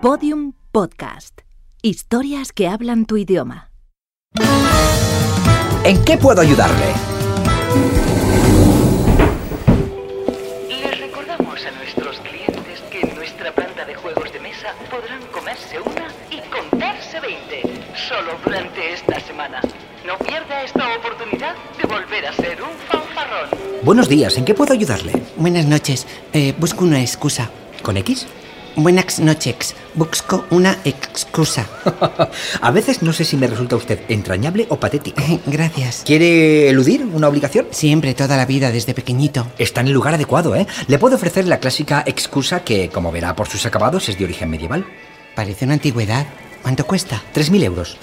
Podium Podcast. Historias que hablan tu idioma. ¿En qué puedo ayudarle? Les recordamos a nuestros clientes que en nuestra planta de juegos de mesa podrán comerse una y contarse 20 solo durante esta semana. No pierda esta oportunidad de volver a ser un fanfarrón. Buenos días, ¿en qué puedo ayudarle? Buenas noches. Eh, busco una excusa. ¿Con X? Buenas noches. Busco una excusa. A veces no sé si me resulta usted entrañable o patético. Gracias. ¿Quiere eludir una obligación? Siempre, toda la vida, desde pequeñito. Está en el lugar adecuado, ¿eh? Le puedo ofrecer la clásica excusa que, como verá por sus acabados, es de origen medieval. Parece una antigüedad. ¿Cuánto cuesta? 3.000 euros.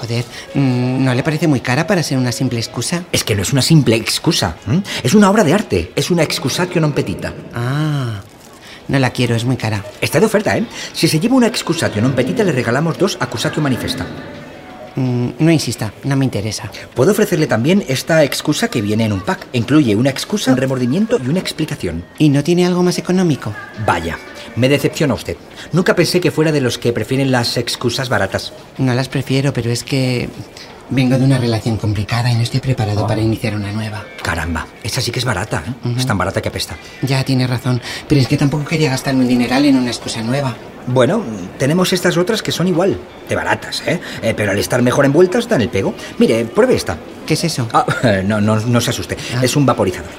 Joder, mm, ¿no le parece muy cara para ser una simple excusa? Es que no es una simple excusa. ¿m? Es una obra de arte. Es una excusatio non petita. Ah, no la quiero, es muy cara. Está de oferta, ¿eh? Si se lleva una excusatio non petita, le regalamos dos accusatio manifesta. Mm, no insista, no me interesa. Puedo ofrecerle también esta excusa que viene en un pack. Incluye una excusa, un remordimiento y una explicación. ¿Y no tiene algo más económico? Vaya, me decepciona usted. Nunca pensé que fuera de los que prefieren las excusas baratas. No las prefiero, pero es que vengo de una relación complicada y no estoy preparado para iniciar una nueva. Caramba, esa sí que es barata, ¿eh? Es tan barata que apesta. Ya tiene razón, pero es que tampoco quería gastarme un dineral en una excusa nueva. Bueno, tenemos estas otras que son igual, de baratas, ¿eh? Eh, pero al estar mejor envueltas dan el pego. Mire, pruebe esta. ¿Qué es eso? Ah, no, no, no se asuste, es un vaporizador.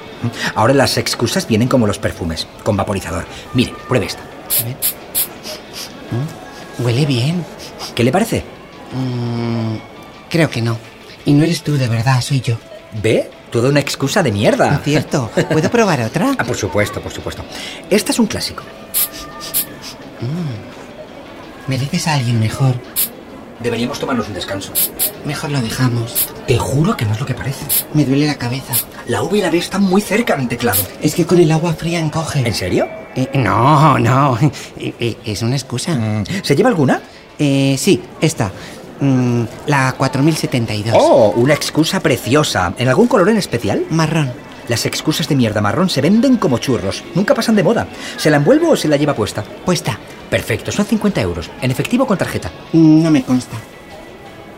Ahora las excusas vienen como los perfumes, con vaporizador. Mire, pruebe esta. Huele bien. ¿Qué le parece? Mm, creo que no. Y no eres tú, de verdad, soy yo. ¿Ve? Toda una excusa de mierda. Cierto. ¿Puedo probar otra? Ah, por supuesto, por supuesto. Esta es un clásico. Mereces a alguien mejor. Deberíamos tomarnos un descanso. Mejor lo dejamos. Te juro que no es lo que parece. Me duele la cabeza. La V y la B están muy cerca del teclado. Es que con el agua fría encoge. ¿En serio? Eh, no, no. Eh, eh, es una excusa. Mm, ¿Se lleva alguna? Eh, sí, esta. Mm, la 4072. Oh, una excusa preciosa. ¿En algún color en especial? Marrón. Las excusas de mierda marrón se venden como churros. Nunca pasan de moda. ¿Se la envuelvo o se la lleva puesta? Puesta. Perfecto, son 50 euros. En efectivo con tarjeta. Mm, No me consta.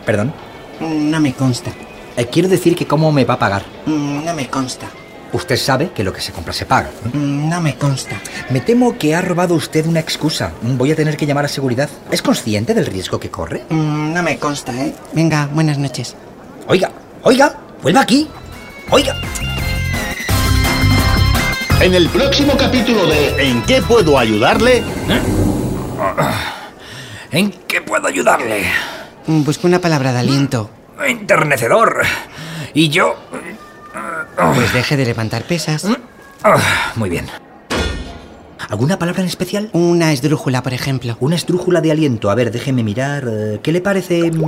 Perdón. Mm, No me consta. Eh, quiero decir que cómo me va a pagar. Mm, No me consta. Usted sabe que lo que se compra se paga. ¿no? Mm, No me consta. Me temo que ha robado usted una excusa. Voy a tener que llamar a seguridad. ¿Es consciente del riesgo que corre? Mm, No me consta, ¿eh? Venga, buenas noches. Oiga, oiga, vuelva aquí. Oiga. En el próximo capítulo de ¿En qué puedo ayudarle? ¿En qué puedo ayudarle? Mm, Busco una palabra de aliento. Enternecedor. Y yo... Pues deje de levantar pesas. Ah, muy bien. ¿Alguna palabra en especial? Una esdrújula, por ejemplo. Una estrújula de aliento. A ver, déjeme mirar. eh, ¿Qué le parece? mm,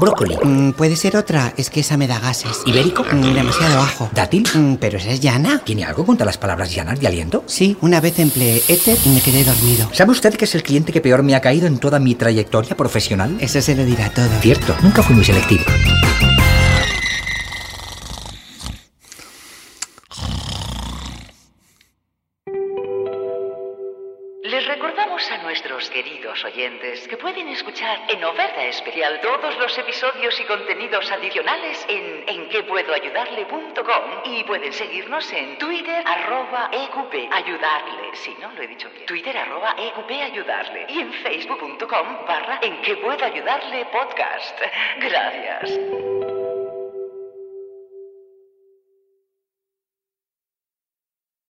Brócoli. Mm, Puede ser otra, es que esa me da gases. ¿Ibérico? Mm, Demasiado ajo. ¿Dátil? Mm, Pero esa es llana. ¿Tiene algo contra las palabras llanas de aliento? Sí, una vez empleé éter y me quedé dormido. ¿Sabe usted que es el cliente que peor me ha caído en toda mi trayectoria profesional? Eso se lo dirá todo. Cierto, nunca fui muy selectivo. Les recordamos a nuestros queridos oyentes que pueden escuchar en oferta especial todos los episodios y contenidos adicionales en enquepuedoayudarle.com y pueden seguirnos en Twitter arroba EQP ayudarle, si no lo he dicho bien, Twitter arroba EQP ayudarle y en facebook.com barra en que puedo ayudarle podcast. Gracias.